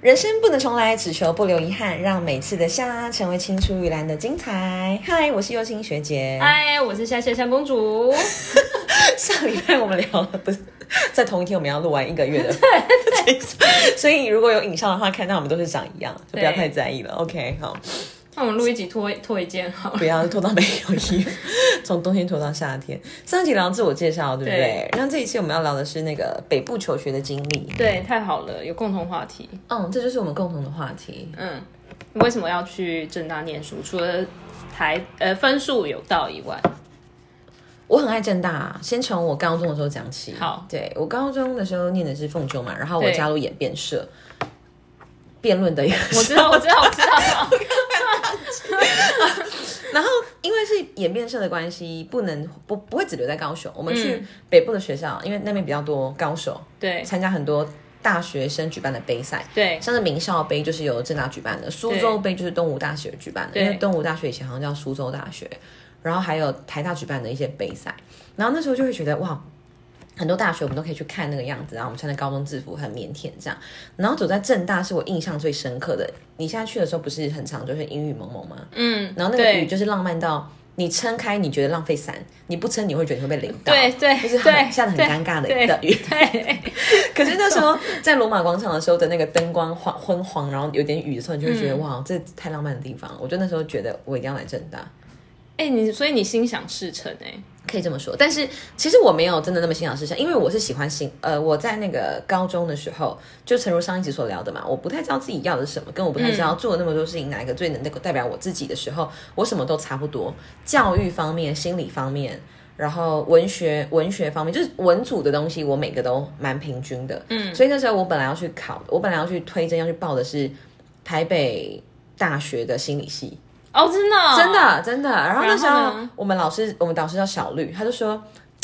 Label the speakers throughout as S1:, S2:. S1: 人生不能重来，只求不留遗憾，让每次的夏成为青出于蓝的精彩。嗨，我是幼青学姐。
S2: 嗨，我是夏夏夏公主。
S1: 上礼拜我们聊了，不是在同一天我们要录完一个月 的，所以如果有影像的话，看到我们都是长一样，就不要
S2: 对
S1: 太在意了。OK，好，
S2: 那我们录一集脱脱一件好了
S1: 不。要拖到没有衣服，从冬天拖到夏天。上一集聊自我介绍，对不对？那这一期我们要聊的是那个北部求学的经历。
S2: 对，太好了，有共同话题。
S1: 嗯，这就是我们共同的话题。
S2: 嗯，你为什么要去正大念书？除了台呃分数有到以外，
S1: 我很爱正大，啊先从我高中的时候讲起。
S2: 好
S1: 对我高中的时候念的是凤中嘛，然后我
S2: 对
S1: 加入演辩社，辩论的一个社。
S2: 我知道，我知道，我知 道。
S1: 嗯然后因为是演变社的关系，不能不不会只留在高雄，我们去北部的学校，因为那边比较多高手，
S2: 嗯对
S1: 参加很多大学生举办的杯赛。
S2: 对
S1: 像是名校杯就是由正大举办的，苏州杯就是东吴大学举办的，
S2: 对
S1: 因为东吴大学以前好像叫苏州大学，然后还有台大举办的一些杯赛，然后那时候就会觉得哇，很多大学我们都可以去看那个样子，然后我们穿着高中制服很腼腆这样，然后走在正大是我印象最深刻的。你现在去的时候不是很常就是阴雨蒙蒙吗？
S2: 嗯，
S1: 然后那个雨
S2: 对
S1: 就是浪漫到你撑开，你觉得浪费伞；你不撑，你会觉得你会被淋到。
S2: 对对，
S1: 就是
S2: 对
S1: 很下的很
S2: 对
S1: 尴尬的
S2: 对
S1: 的雨。
S2: 对，
S1: 可是那时候在罗马广场的时候的那个灯光昏昏黄，然后有点雨的时候，你就会觉得、
S2: 嗯
S1: 哇，这太浪漫的地方了。我就那时候觉得我一定要来正大，
S2: 哎，你所以你心想事成哎，
S1: 可以这么说。但是其实我没有真的那么心想事成，因为我是喜欢心呃，我在那个高中的时候，就诚如上一集所聊的嘛，我不太知道自己要的是什么，跟我不太知道做了那么多事情哪一个最能够代表我自己的时候，我什么都差不多，教育方面、心理方面。然后文学文学方面，就是文组的东西，我每个都蛮平均的。嗯，所以那时候我本来要去考，我本来要去推甄要去报的是台北大学的心理系。
S2: 哦，真的哦
S1: 真的真的。然后那时
S2: 然后
S1: 候
S2: 呢
S1: 我们老师，我们导师叫小绿，他就说，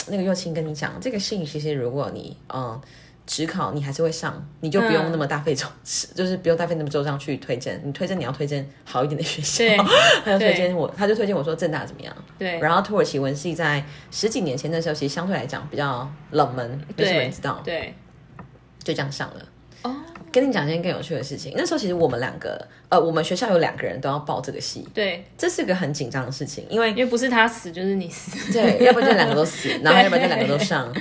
S1: 那个幼青跟你讲，这个信其实如果你嗯。只考你还是会上，你就不用
S2: 嗯
S1: 那么大费周，就是不用大费那么周章去推荐。你推荐你要推荐好一点的学 校，他就推荐我，他就推荐我说正大怎么样。
S2: 对
S1: 然后土耳其文系在十几年前的时候，其实相对来讲比较冷门，没什么人知道，
S2: 对
S1: 就这样上了。
S2: 哦，
S1: 跟你讲一件更有趣的事情，那时候其实我们两个，呃，我们学校有两个人都要报这个系，
S2: 对，
S1: 这是个很紧张的事情，因为
S2: 因为不是他死就是你死。
S1: 对，要不然就两个都死，然后要不然就两个都上，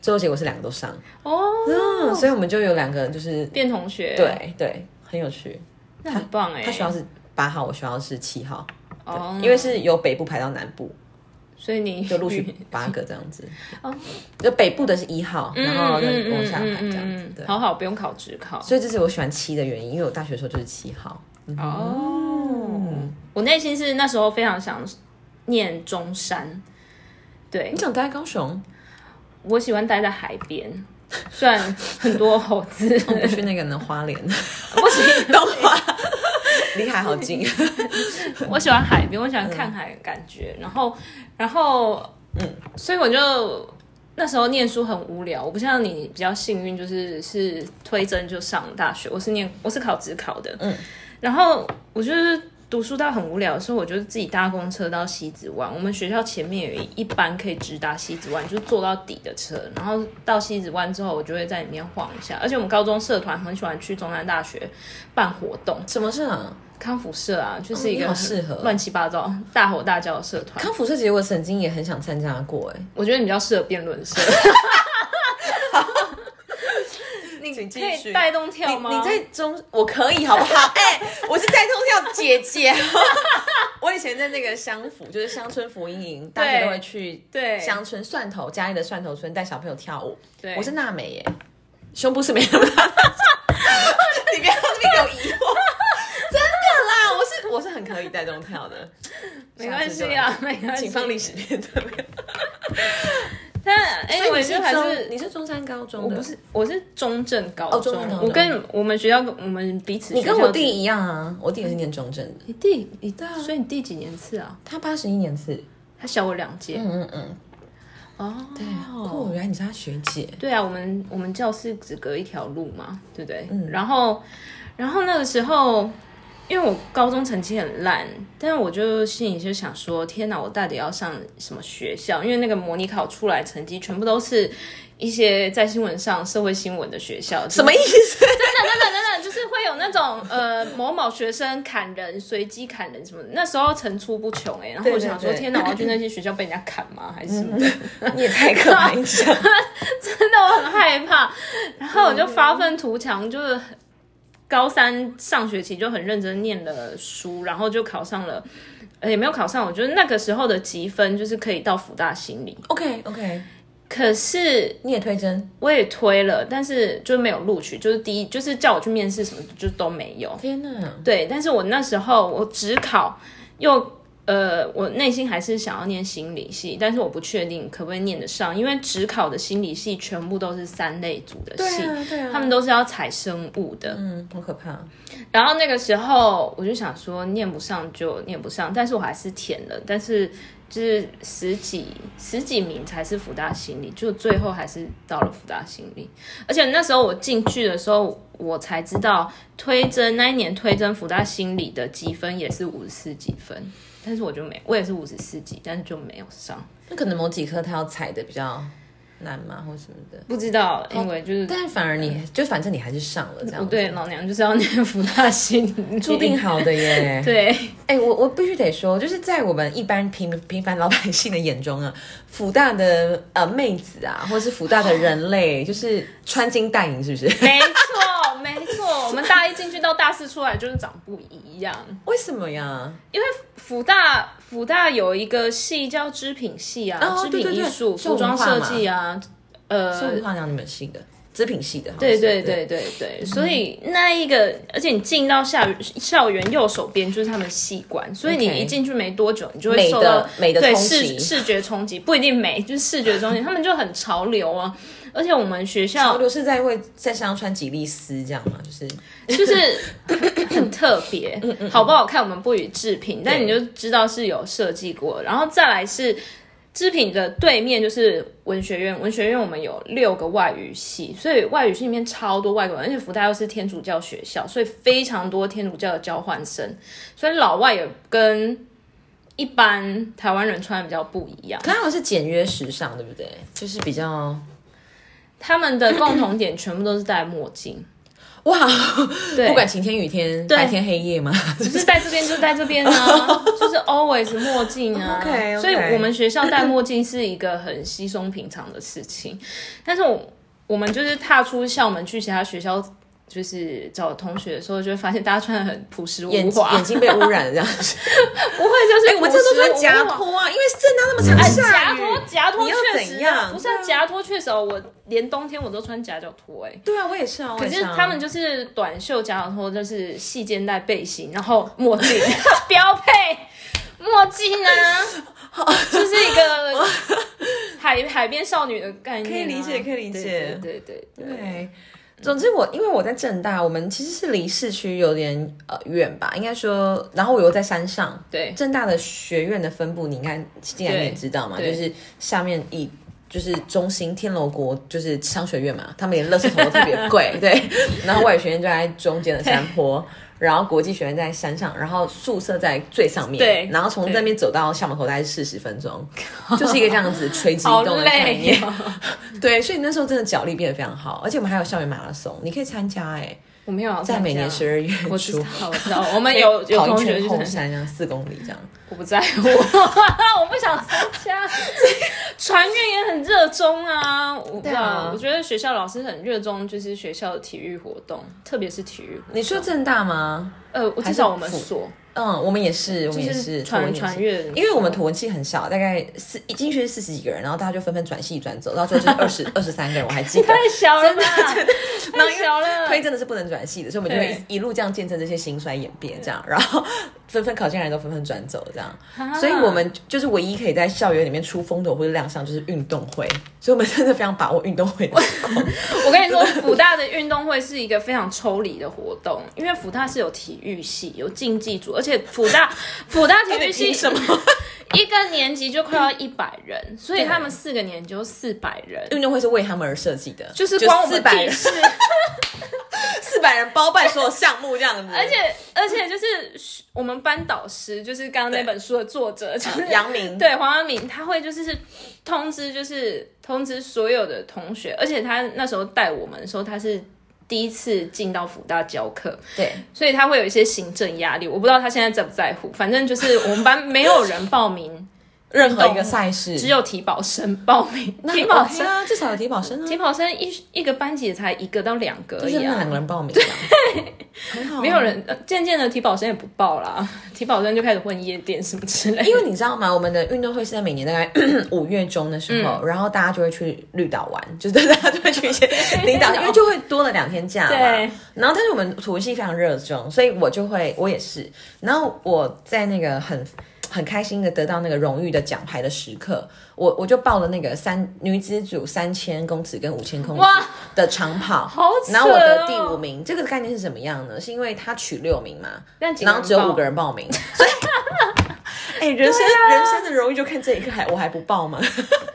S1: 最后结果是两个都上。
S2: 哦，
S1: 嗯，所以我们就有两个就是
S2: 变同学，，
S1: 对对，很有趣。
S2: 那很棒哎。
S1: 他学校是八号，我学校是七号，
S2: 哦，
S1: 因为是由北部排到南部，
S2: 所以你
S1: 就陆 续八个这样子。
S2: 哦
S1: 就北部的是一号，
S2: 嗯
S1: 然后再往下排这样子。对，
S2: 好好不用考职 考
S1: 所以这是我喜欢七的原因，因为我大学的时候就是七号。
S2: 哦。我内心是那时候非常想念中山，对
S1: 你想待在高雄，
S2: 我喜欢待在海边，虽然很多猴子，
S1: 我不去那个呢花莲，
S2: 不行，
S1: 东华离海好 近。
S2: 我喜欢海边，我喜欢看海的感觉。然后，然后，嗯，所以我就那时候念书很无聊。我不像你比较幸运，就是是推甄就上了大学。我是念我是考职考的，嗯，然后我就是。读书到很无聊的时候，我就自己搭公车到西子湾。我们学校前面有一班可以直达西子湾，就是坐到底的车。然后到西子湾之后，我就会在里面晃一下。而且我们高中社团很喜欢去中山大学办活动，
S1: 什么事啊？
S2: 康复社啊，就是
S1: 哦
S2: 一
S1: 你
S2: 个
S1: 好
S2: 很
S1: 适合
S2: 乱七八糟、大吼大叫的社团。
S1: 康复社其实我曾经也很想参加过，哎，
S2: 我觉得你比较适合辩论社。你
S1: 请继
S2: 可
S1: 续
S2: 以带动跳吗？
S1: 你在中，我可以好不 好？哎、我是带通跳姐姐。 我以前在那个乡府，就是乡村福音营，大家都会去
S2: 对
S1: 乡村蒜头家里的蒜头村带小朋友跳舞。
S2: 对
S1: 我是娜美耶，胸部是没那么大。 你不要这边给我疑惑，真的啦，我是我是很可以带动跳的，
S2: 没关系啊，没关系。
S1: 请放历史片段。
S2: 但 哎，我就还
S1: 中
S2: 是
S1: 你是中山高中的，
S2: 我不是我是中正高
S1: 中
S2: 中
S1: 正高，中
S2: 我跟我们学校我们彼此
S1: 你
S2: 学校
S1: 跟我弟啊一样啊，我弟也是念中正的，
S2: 你弟你弟，所以你弟几年次啊？
S1: 他八十一年次。
S2: 他小我两届
S1: 嗯嗯嗯，
S2: 哦。
S1: 哦，原来你是他学姐。
S2: 对啊，我们我们教室只隔一条路嘛，对不对？
S1: 嗯
S2: 然后，然后那个时候，因为我高中成绩很烂，但是我就心里就想说，天哪，我到底要上什么学校？因为那个模拟考出来成绩全部都是一些在新闻上社会新闻的学校，
S1: 什么意思？
S2: 真的真的真的，就是会有那种呃某某学生砍人，随机砍人什么的，那时候层出不穷哎、然后我就想
S1: 对
S2: 说，
S1: 对对嗯
S2: 天哪，我要去那些学校被人家砍吗？还是什么的？
S1: 你也太刻 板印象。
S2: 真的我很害怕，然后我就发愤图强，就是高三上学期就很认真念了书，然后就考上了。呃也没有考上，我觉得那个时候的积分就是可以到福大心理，
S1: OK OK，
S2: 可是
S1: 你也推甄？
S2: 我也推了，但是就没有录取，就是第一就是叫我去面试什么的就都没有。
S1: 天哪！
S2: 对，但是我那时候我只考又呃，我内心还是想要念心理系，但是我不确定可不可以念得上，因为只考的心理系全部都是三类组的系，
S1: 对啊
S2: 他们都是要采生物的。
S1: 嗯，好可怕。
S2: 然后那个时候我就想说，念不上就念不上，但是我还是填了，但是。就是十几十几名才是福大心理，就最后还是到了福大心理。而且那时候我进去的时候，我才知道推甄那一年推甄福大心理的积分也是五十四几分，但是我就没，我也是五十四几，但是就没有上，
S1: 那可能某几科他要踩的比较难嘛，或什么的。
S2: 不知道，因为就是
S1: 但反而你就反正你还是上了这样子，
S2: 嗯对老娘就是要念福大心理，
S1: 注定好的耶。
S2: 对。
S1: 哎、我我必须得说，就是在我们一般平平凡老百姓的眼中啊， 福大的呃妹子啊，或是福大的人 类，就是穿金戴银，是不是？
S2: 没错，没错，我们大一进去到大四出来就是长不一样。
S1: 为什么呀？
S2: 因为福大福大有一个系叫织品系啊，
S1: 哦
S2: 织品
S1: 对对
S2: 艺
S1: 对是我
S2: 术、服
S1: 们
S2: 装
S1: 画
S2: 设
S1: 嘛
S2: 计啊，
S1: 是
S2: 呃，
S1: 文化娘你们系的，织品系的，好像
S2: 对
S1: 是
S2: 对对对对，所以那一个，而且你进到校校园右手边就是他们系馆，所以你
S1: OK
S2: 一进去没多久，你就会
S1: 美
S2: 受到
S1: 的美的
S2: 对
S1: 冲
S2: 视
S1: 击
S2: 视觉冲击，不一定美，就是视觉 冲击，他们就很潮流啊。而且我们学校
S1: 潮流是在为在身上穿吉利丝这样嘛，就是
S2: 就是很特别，好不好看我们不予置评，但你就知道是有设计过。然后再来是织品的对面就是文学院，文学院我们有六个外语系，所以外语系里面超多外国人，而且福大又是天主教学校，所以非常多天主教的交换生，所以老外也跟一般台湾人穿的比较不一样。
S1: 可他们是简约时尚，对不对？就是比较
S2: 他们的共同点全部都是戴墨镜，
S1: 哇，
S2: 对
S1: 不管晴天雨天，白天黑夜嘛，
S2: 就是戴这边就是戴这 边啊，就是 always 墨镜啊。
S1: OK，OK
S2: 所以我们学校戴墨镜是一个很稀松平常的事情，但是我我们就是踏出校门去其他学校。就是找同学的时候，就会发现大家穿的很朴实无
S1: 眼睛
S2: 华，
S1: 眼睛被污染了这样子。
S2: 不会就是
S1: 我们这都
S2: 朴实无
S1: 穿
S2: 华
S1: 夹拖啊，因为正当那么常下
S2: 夹
S1: 雨。
S2: 拖，夹拖
S1: 你要
S2: 确
S1: 怎
S2: 实
S1: 样
S2: 不是啊夹拖确实哦，我连冬天我都穿夹脚拖哎、
S1: 对啊，我也是啊，
S2: 可
S1: 可
S2: 是他们就是短袖夹脚拖，就是细肩带背心，然后墨镜 标配，墨镜 啊，就是一个海海边少女的概念啊、
S1: 可以理解可以理解
S2: 对对对对对
S1: 对。总之我，因为我在正大，我们其实是离市区有点呃远吧，应该说，然后我又在山上。
S2: 对
S1: 正大的学院的分布，你应该进来你也知道嘛，
S2: 对
S1: 就是下面以就是中心天楼国就是商学院嘛，他们连垃圾桶都特别 贵，对。然后外语学院就在中间的山坡，然后国际学院在山上，然后宿舍在最上面，
S2: 对
S1: 然后从那边走到校门口大概四十分 钟，就是一个这样子垂直移
S2: 好
S1: 动的概念
S2: 累、。哦，
S1: 对，所以那时候真的脚力变得非常好，而且我们还有校园马拉松，你可以参加哎、
S2: 我没有要
S1: 在每年
S2: 参加
S1: 十二月
S2: 我知
S1: 初
S2: 道，我知道，我 们有有
S1: 跑
S2: 同
S1: 一
S2: 学
S1: 圈
S2: 就是
S1: 后
S2: 很
S1: 山，这样四公里这样。
S2: 我不在乎， 我不想参加。船运也很热衷啊，我不知
S1: 对
S2: 道，
S1: 啊
S2: 我觉得学校老师很热衷，就是学校的体育活动，特别是体育活动。
S1: 你说正大吗？
S2: 呃，我至
S1: 是
S2: 少我们
S1: 辅
S2: 所
S1: 嗯，我们也是，我们也
S2: 就是
S1: 是
S2: 传
S1: 我们也是
S2: 传阅嗯的
S1: 因为我们土文系很小，大概四一进去是四十几个人，然后大家就纷纷转系转走，到最后就是二十 二十三个人，我还记得。
S2: 太小了 吧，太小
S1: 推
S2: 了。
S1: 真的是不能转系的，所以我们就会一一路这样见证这些兴衰演变，这样，然后纷纷考进来的都纷纷转走，这样。
S2: 啊
S1: 所以我们就是唯一可以在校园里面出风头或者亮相，就是运动会。所以我们真的非常把握运动会的时光。
S2: 我跟你说，福大的运动会是一个非常抽离的活动，因为福大是有体育系、有竞技组，而且福 大福大体育系
S1: 凭 什么？
S2: 一个年级就快要一百人，所以他们四个年级就四百人，
S1: 运动会是为他们而设计的，
S2: 就是光我
S1: 四
S2: 们
S1: 百
S2: 自己是
S1: 四百人包办所有项目这样子，
S2: 而且而且就是我们班导师，就是刚刚那本书的作者， 就是
S1: 杨明
S2: 对黄阳明，他会就是通知，就是通知所有的同学，而且他那时候带我们的时候，他是第一次进到福大教课，
S1: 对，
S2: 所以他会有一些行政压力。我不知道他现在在不在乎，反正就是我 们班没有人报名，
S1: 任何一个赛事
S2: 只有体保生报名，
S1: 那
S2: 体保
S1: OK
S2: 生。
S1: 啊，至少有体保生啊，
S2: 体保生一一个班级也才一个到两个而
S1: 就是
S2: 已
S1: 那
S2: 啊
S1: 两，个人报名这样，很好啊，
S2: 没有人，呃渐渐的体保生也不报啦， 体保生就开始混夜店什么之类的。
S1: 因为你知道吗？我们的运动会是在每年大概 五月中的时
S2: 嗯
S1: 候，然后大家就会去绿岛玩，就是大家就会去 一些离岛，因为就会多了两天假嘛。
S2: 对
S1: 然后，但是我们土系非常热衷，所以我就会，我也是。然后我在那个很很开心的得到那个荣誉的奖牌的时刻，我我就报了那个三女子组三千公尺跟五千公尺
S2: 哇
S1: 的长跑，
S2: 好扯哦
S1: 然后我得第五名。这个概念是什么样呢？是因为他取六名嘛，
S2: 但几个
S1: 然
S2: 人
S1: 后只有
S2: 报
S1: 五个人报名， 所以。哎、人生、人生的荣誉就看这一刻还我还不报吗？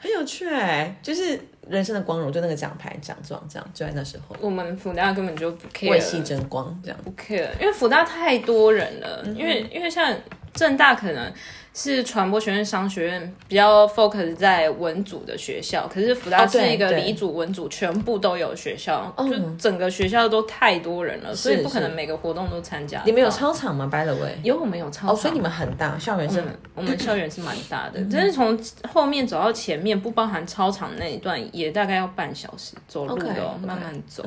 S1: 很有趣哎、就是人生的光荣，就那个奖牌、奖状这样，就在那时候
S2: 我们福大根本就不 care，
S1: 为戏争光这样。
S2: 不 care，因为福大太多人了，
S1: 嗯
S2: 因为因为像正大可能是传播学院、商学院比较 focus 在文组的学校，可是福大
S1: 哦
S2: 是
S1: 对
S2: 一个
S1: 对嗯
S2: 理组、文组全部都有学校，就整个学校都太多人了，所以不可能每个活动都参加。
S1: 你们有？操场吗？By the way，
S2: 有我们有操场，
S1: 哦，所以你们很大，校园是
S2: 嗯我们校园是蛮大
S1: 嗯
S2: 的，但是从后面走到前面，不包含操场那一段，也大概要半小时走路的哦
S1: OK，OK 嗯
S2: 慢慢走。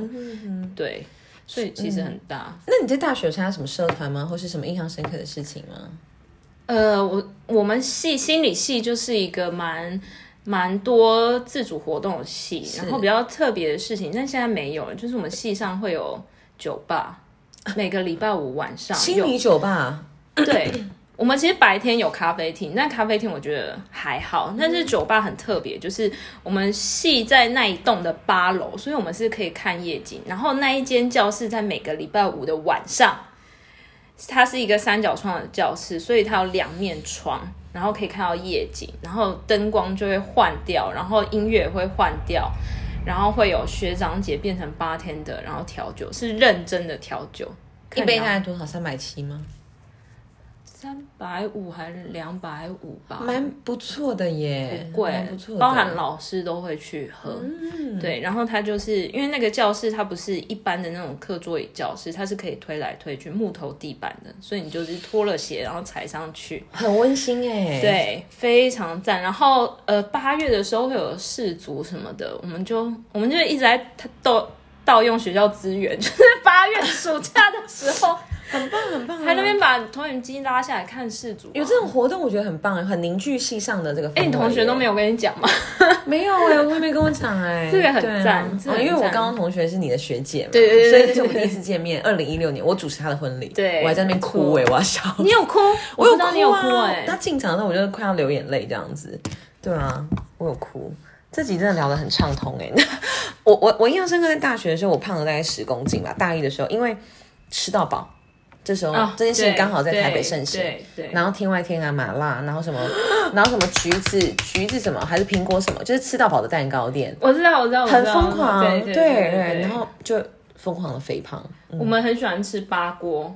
S2: 对，所以其实很大。
S1: 那你在大学有参加什么社团吗？或是什么印象深刻的事情吗？
S2: 呃，我我们系心理系就是一个蛮蛮多自主活动的系，然后比较特别的事情，但现在没有了，就是我们系上会有酒吧，每个礼拜五晚上
S1: 心
S2: 有
S1: 理酒吧，
S2: 对，我们其实白天有咖啡厅，但咖啡厅我觉得还好，但是酒吧很特别，就是我们系在那一栋的八楼，所以我们是可以看夜景。然后那一间教室在每个礼拜五的晚上，它是一个三角窗的教室，所以它有两面窗。然后可以看到夜景，然后灯光就会换掉，然后音乐也会换掉，然后会有学长姐变成八天的，然后调酒是认真的调酒，
S1: 一杯大
S2: 看你要
S1: 概多少？三百七吗？
S2: 三百五还是两百五吧，
S1: 蛮不错的耶，
S2: 贵
S1: 蛮不错，的，嗯
S2: 包含老师都会去喝。对，然后他就是因为那个教室，它不是一般的那种课桌椅教室，它是可以推来推去，木头地板的，所以你就是脱了鞋然后踩上去，
S1: 很温馨哎。，
S2: 对，非常赞。然后呃，八月的时候会有氏族什么的，我们就我们就一直在他盗盗用学校资源， 就是八月暑假的时候，
S1: 很棒很棒啊。
S2: 还那边把投影机拉下来看啊氏族、
S1: 有这。种活动，我觉得很棒，很凝聚系上的这个氛围耶。
S2: 哎、你同学都没有跟你 讲吗？
S1: 没有哎、我还没跟我讲哎、
S2: 这个很
S1: 对啊
S2: 赞这个
S1: 哦
S2: 很
S1: 因为我
S2: 赞
S1: 高中同学是你的学姐嘛，
S2: 对对对
S1: 所以
S2: 对
S1: 这是我们第一次见面，二零一六年我主持她的婚礼，
S2: 对
S1: 我还在那边哭哎、我要笑，
S2: 你有哭？
S1: 我
S2: 我不知道你有哭
S1: 啊
S2: 哎、
S1: 她进场的时候我就快要流眼泪这样子，对啊，我有哭。这集真的聊得很畅通哎、 我我我印象深刻，在大学的时候我胖了大概十公斤吧，大一的时候因为吃到饱，这时候、
S2: 哦
S1: 啊这件事情
S2: 对
S1: 刚好在台北
S2: 对
S1: 盛行，
S2: 对对，
S1: 然后天外天啊，麻辣，然后什么，然后什么橘子，橘子什么还是苹果什么，就是吃到饱的蛋糕店，
S2: 我知道，我知道，我知
S1: 很
S2: 道
S1: 疯狂，啊
S2: 对
S1: 对
S2: 对对对
S1: 然后就疯狂的肥胖，嗯
S2: 我们很喜欢吃八锅，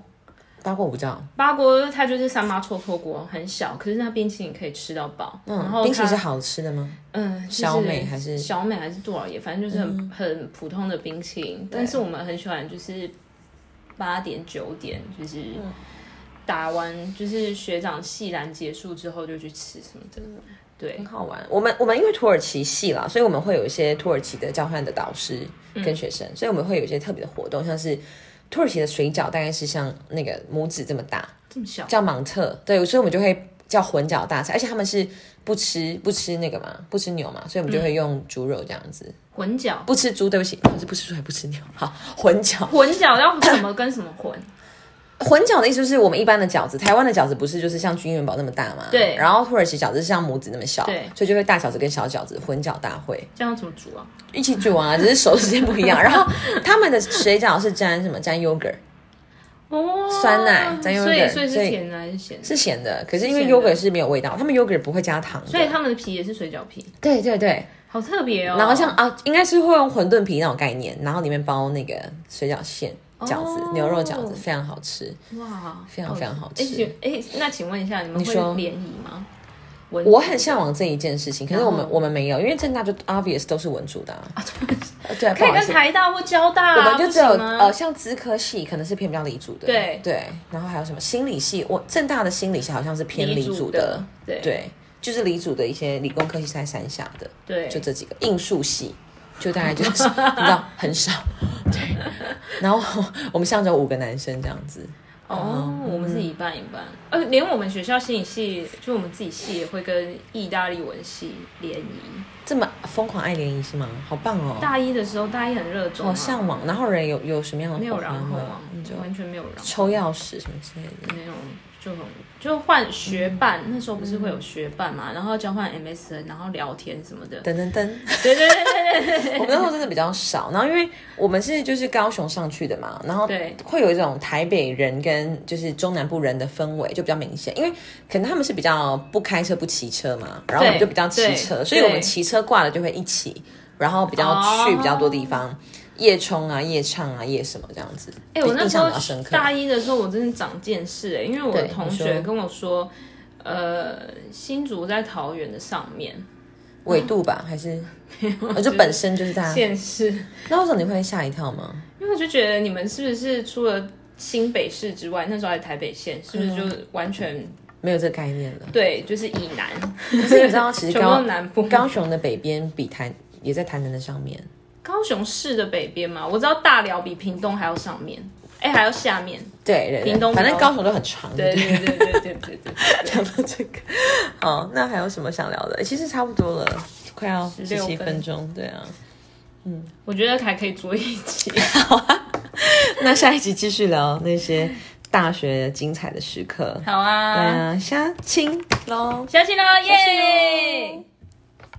S1: 八过五照，
S2: 八锅它就是三妈臭臭锅，很小，可是它冰淇淋可以吃到饱。然后
S1: 嗯冰淇淋是
S2: 它
S1: 好吃的吗？
S2: 嗯，就是
S1: 小美还是嗯
S2: 小美还是多少也，反正就是很、很普通的冰淇淋。但是我们很喜欢就是八点九点就是。
S1: 嗯
S2: 打完就是学长系篮结束之后就去吃什么的，对
S1: 很，好玩。我们我们因为土耳其系啦，所以我们会有一些土耳其的交换的导师
S2: 嗯
S1: 跟学生，所以我们会有一些特别的活动，像是土耳其的水饺大概是像那个拇指这么大，
S2: 这么小，
S1: 叫芒特，对，所以我们就会叫混搅大菜，而且他们是不吃不吃那个嘛，不吃牛嘛，所以我们就
S2: 嗯
S1: 会用猪肉这样子，
S2: 混搅，
S1: 不吃猪，对不起，不是不吃猪还不吃牛，好，混搅。
S2: 混搅要什么跟什么混？
S1: 混饺的意思就是我们一般的饺子，台湾的饺子不是就是像君元宝那么大嘛？
S2: 对
S1: 然后土耳其饺子是像拇指那么小，
S2: 对
S1: 所以就会大饺子跟小饺子混饺大会
S2: 这样怎么煮啊？
S1: 一起煮啊，只是熟的时间不一样。然后他们的水饺是沾什么？沾 yogurt
S2: 哦，
S1: 酸奶再用一
S2: 所以
S1: 点
S2: 所以是
S1: 所以
S2: 甜的还是咸的？
S1: 是咸的，可是因为
S2: 咸的
S1: yogurt 是没有味道，他们 yogurt 不会加糖的，
S2: 所以他们的皮也是水饺皮，
S1: 对对对，
S2: 好特别哦。
S1: 然后像啊，应该是会用馄饨皮那种概念，然后里面包那个水饺馅饺子、
S2: 哦
S1: 牛肉饺子，非常好吃。
S2: 哇，
S1: 非常非常好吃
S2: 哎请哎，那请问一下，你们
S1: 你说
S2: 会联谊吗？文
S1: 我很向往这一件事情，可是我
S2: 然
S1: 们
S2: 后
S1: 我们没有，因为正大就 obvious 都是文主的啊。呃对啊，
S2: 可
S1: 不
S2: 以
S1: 好意
S2: 跟
S1: 思，
S2: 台大或交大啊，
S1: 我们就
S2: 不
S1: 只有
S2: 行吗
S1: 呃，像资科系可能是偏比较理组的，
S2: 对
S1: 对，然后还有什么心理系，我正大的心理系好像是偏理组
S2: 组
S1: 的，，
S2: 对
S1: 对，就是理组的一些理工科系是在山下的，
S2: 对，
S1: 就这几个应数系，就大概就是 你知道很少，对。然后我们上周五个男生这样子，嗯
S2: 哦，我们是一半一半，呃，连我们学校心理系，就我们自己系也会跟意大利文系联谊。
S1: 这么疯狂爱联谊是吗？好棒哦！
S2: 大一的时候，大一很热衷啊，
S1: 好向往，然后人有哦有嗯什么样的
S2: 没有
S1: 火花
S2: 然后
S1: 吗
S2: 啊
S1: 你就，
S2: 完全没有然后，
S1: 抽钥匙什么之类的，
S2: 没有就很就换学
S1: 嗯
S2: 伴，那时候不是会有学伴嘛，然后交换 MSN，然后聊天什么的。
S1: 噔噔 噔。
S2: 对对对对对
S1: 我们那时候真的比较少，然后因为我们是就是高雄上去的嘛，然后
S2: 对
S1: 会有一种台北人跟就是中南部人的氛围就比较明显，因为可能他们是比较不开车不骑车嘛，然后我们就比较骑车，
S2: 对
S1: 所以我们
S2: 对
S1: 骑车挂了就会一起，然后比较去
S2: 哦
S1: 比较多地方。夜冲啊，夜唱啊，夜什么这样子？
S2: 哎、我那
S1: 印
S2: 时
S1: 象
S2: 候
S1: 比较深刻。
S2: 大一的时候，我真的长见识哎、因为我的
S1: 对
S2: 同
S1: 你说
S2: 学跟我说，呃，新竹在桃园的上面，
S1: 嗯纬度吧，还 是？我就本身就是大家。
S2: 见识，
S1: 那为什么你会吓一跳吗？
S2: 因为我就觉得你们是不是除了新北市之外，那时候还台北县，是不是
S1: 嗯
S2: 就完全、
S1: 没有这个概念了。
S2: 对，就是以南，
S1: 可是你知道，其实
S2: 全部
S1: 高
S2: 都南部，
S1: 高雄的北边比台也在台南的上面。
S2: 高雄市的北边嘛，我知道大寮比屏东还要上面，哎、还要下面，
S1: 对对对，
S2: 屏东
S1: 反正
S2: 高
S1: 高雄都很长。
S2: 对
S1: 不
S2: 对对对对对对对，
S1: 讲到 这个，好，那还有什么想聊的？其实差不多了，快要十
S2: 16
S1: 七
S2: 分
S1: 分钟，对啊。
S2: 我觉得还可以做一 集，
S1: 那下一集继续聊那些大学精彩的时刻。对
S2: 好啊，
S1: 啊，相亲喽。
S2: 下期喽，耶。